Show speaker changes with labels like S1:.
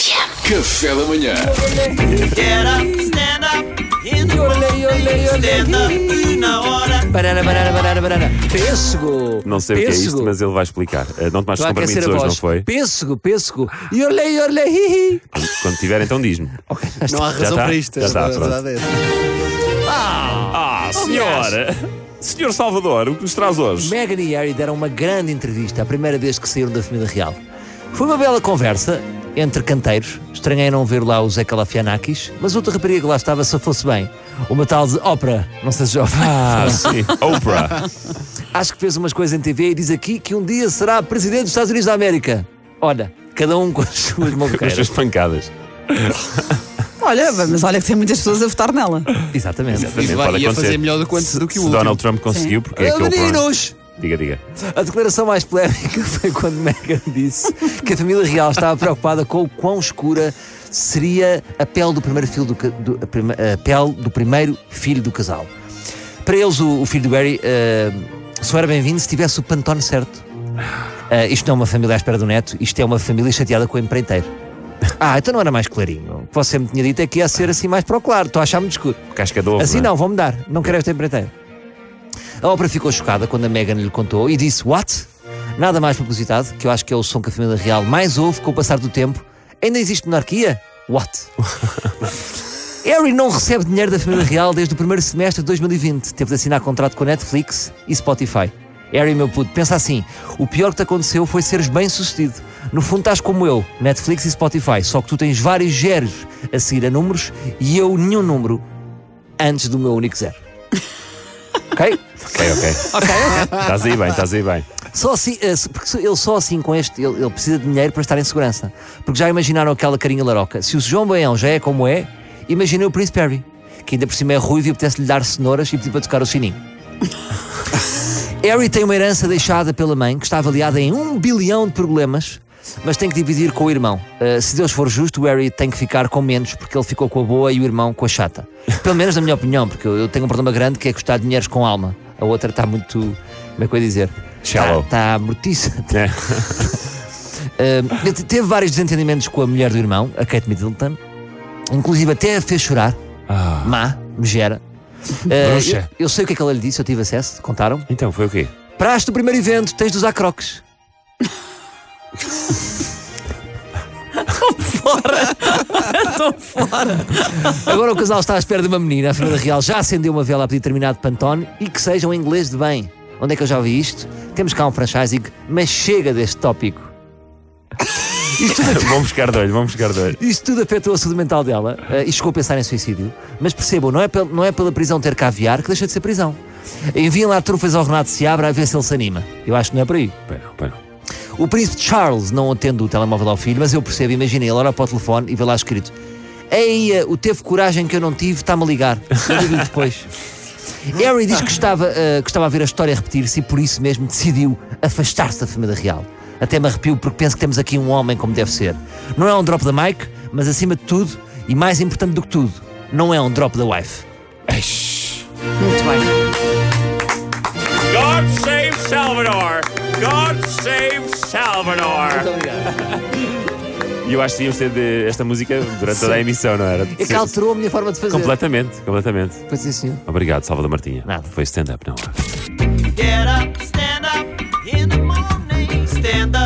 S1: Café da manhã.
S2: Get up, stand up, in the
S3: Olé, olé, olé.
S2: morning, stand up na hora.
S3: Barara, barara, barara, barara. Pêssego.
S4: Não sei o que é isto, mas ele vai explicar. Eh, Não tomaste
S3: Estou a
S4: compromissos
S3: aquecer a
S4: hoje, não
S3: voz.
S4: foi?
S3: Pêssego, pêssego. E olé, olé, hi, hi.
S4: Quando tiver, então diz-me.
S5: Não há
S4: Já
S5: razão
S4: está?
S5: para isto.
S4: Já está,
S5: a
S4: pronto.
S5: verdade é essa.
S4: Ah,
S5: Oh,
S4: senhora! Senhor Salvador, o que nos traz hoje?
S3: Meghan e Harry deram uma grande entrevista, a primeira vez que saíram da família real. Foi uma bela conversa entre canteiros. Estranhei não ver lá o Zé Calafianakis, mas outra rapariga que lá estava, se fosse bem, uma tal de ópera, não sei se jovem.
S4: Ah, sim. Oprah.
S3: Acho que fez umas coisas em TV e diz aqui que um dia será presidente dos Estados Unidos da América. Olha, cada um com as suas
S4: Com as suas
S3: maluqueiras.
S4: pancadas.
S6: Olha, mas olha que tem muitas pessoas a votar nela.
S3: Exatamente.
S4: Exatamente,
S5: E vai-
S4: pode
S5: ia
S4: acontecer.
S5: fazer melhor do que antes do que
S4: Se
S5: o último.
S4: Donald Trump conseguiu, porque é que
S3: Ah,
S4: Oprah...
S3: Meninos!
S4: Diga, diga.
S3: A declaração mais polémica foi quando Meghan disse que a família real estava preocupada com o quão escura seria a pele do primeiro filho do, ca- do- a prima- a pele do primeiro filho do casal. Para eles, o, o filho do Barry eh, só era bem-vindo se tivesse o pantone certo. Eh, isto não é uma família à espera do neto, isto é uma família chateada com o empreiteiro. Ah, então não era mais clarinho. O que você me tinha dito é que ia ser assim mais para o claro. Estou a achar muito escuro.
S4: Casca de ovo,
S3: Assim
S4: não é?
S3: não, vão mudar. Não quero esta empreiteira. A ópera ficou chocada quando a Meghan lhe contou e disse: What? Nada mais propositado, que eu acho que é o som que a família real mais ouve com o passar do tempo. Ainda existe monarquia? What? Harry não recebe dinheiro da família real desde o primeiro semestre de 2020. Teve de assinar contrato com a Netflix e Spotify. Harry, meu puto, pensa assim: o pior que te aconteceu foi seres bem sucedido. No fundo, estás como eu, Netflix e Spotify, só que tu tens vários zeros a seguir a números e eu nenhum número antes do meu único zero. ok?
S4: Ok, ok. Estás aí bem, estás aí bem.
S3: Só assim, eh, se- porque se- ele só assim com este, ele, ele precisa de dinheiro para estar em segurança. Porque já imaginaram aquela carinha laroca. Se o João Baião já é como é, imaginem o Prince Harry, que ainda por cima é ruivo e apetece lhe dar cenouras e pedir para tocar o sininho. Harry tem uma herança deixada pela mãe que está avaliada em um bilhão de problemas, mas tem que dividir com o irmão. Eh, se Deus for justo, o Harry tem que ficar com menos porque ele ficou com a boa e o irmão com a chata. Pelo menos na minha opinião, porque eu eu tenho um problema grande que é custar dinheiros com alma. A outra está muito. Como é que eu ia dizer?
S4: Shallow.
S3: Está mortiça.
S4: É.
S3: Uh, te- teve vários desentendimentos com a mulher do irmão, a Kate Middleton. Inclusive até a fez chorar. Má, me gera. eu,
S4: Ah. Bruxa.
S3: eu sei o que é que ela lhe disse, eu tive acesso, contaram.
S4: Então, foi o quê?
S3: Para este primeiro evento tens de usar crocs. Estão fora! Estão fora! Agora o casal está à espera de uma menina. A família real já acendeu uma vela a pedir determinado pantone e que seja um inglês de bem. Onde é que eu já vi isto? Temos cá um franchising, mas chega deste tópico.
S4: Vamos buscar de olho, vamos buscar de olho.
S3: Isto tudo afetou a saúde mental dela eh, e chegou a pensar em suicídio. Mas percebam, não é, pel- não é pela prisão ter caviar que deixa de ser prisão. Enviem lá trufas ao Renato Seabra a ver se ele se anima. Eu acho que não é por aí.
S4: Pois não, pois não.
S3: O príncipe Charles não atende o telemóvel ao filho, mas eu percebo, imagina, ele olha para o telefone e vê lá escrito: Ei, eh, o teve coragem que eu não tive, está-me a ligar. Eu digo-lhe depois. Harry diz que estava, eh, que estava a ver a história repetir-se e por isso mesmo decidiu afastar-se da família real. Até me arrepio porque penso que temos aqui um homem como deve ser. Não é um drop da Mike, mas acima de tudo, e mais importante do que tudo, não é um drop da wife.
S6: Muito bem.
S4: God save Salvador! God save Salvador! Muito obrigado. E eu acho que devíamos ter de- esta música durante toda a emissão, não era?
S3: É que alterou a minha forma de fazer.
S4: Completamente, completamente.
S3: Pois é, senhor.
S4: Obrigado, Salvador Martinha.
S3: Nada.
S4: Foi stand-up, não é?
S2: Get up, stand up in the morning, stand up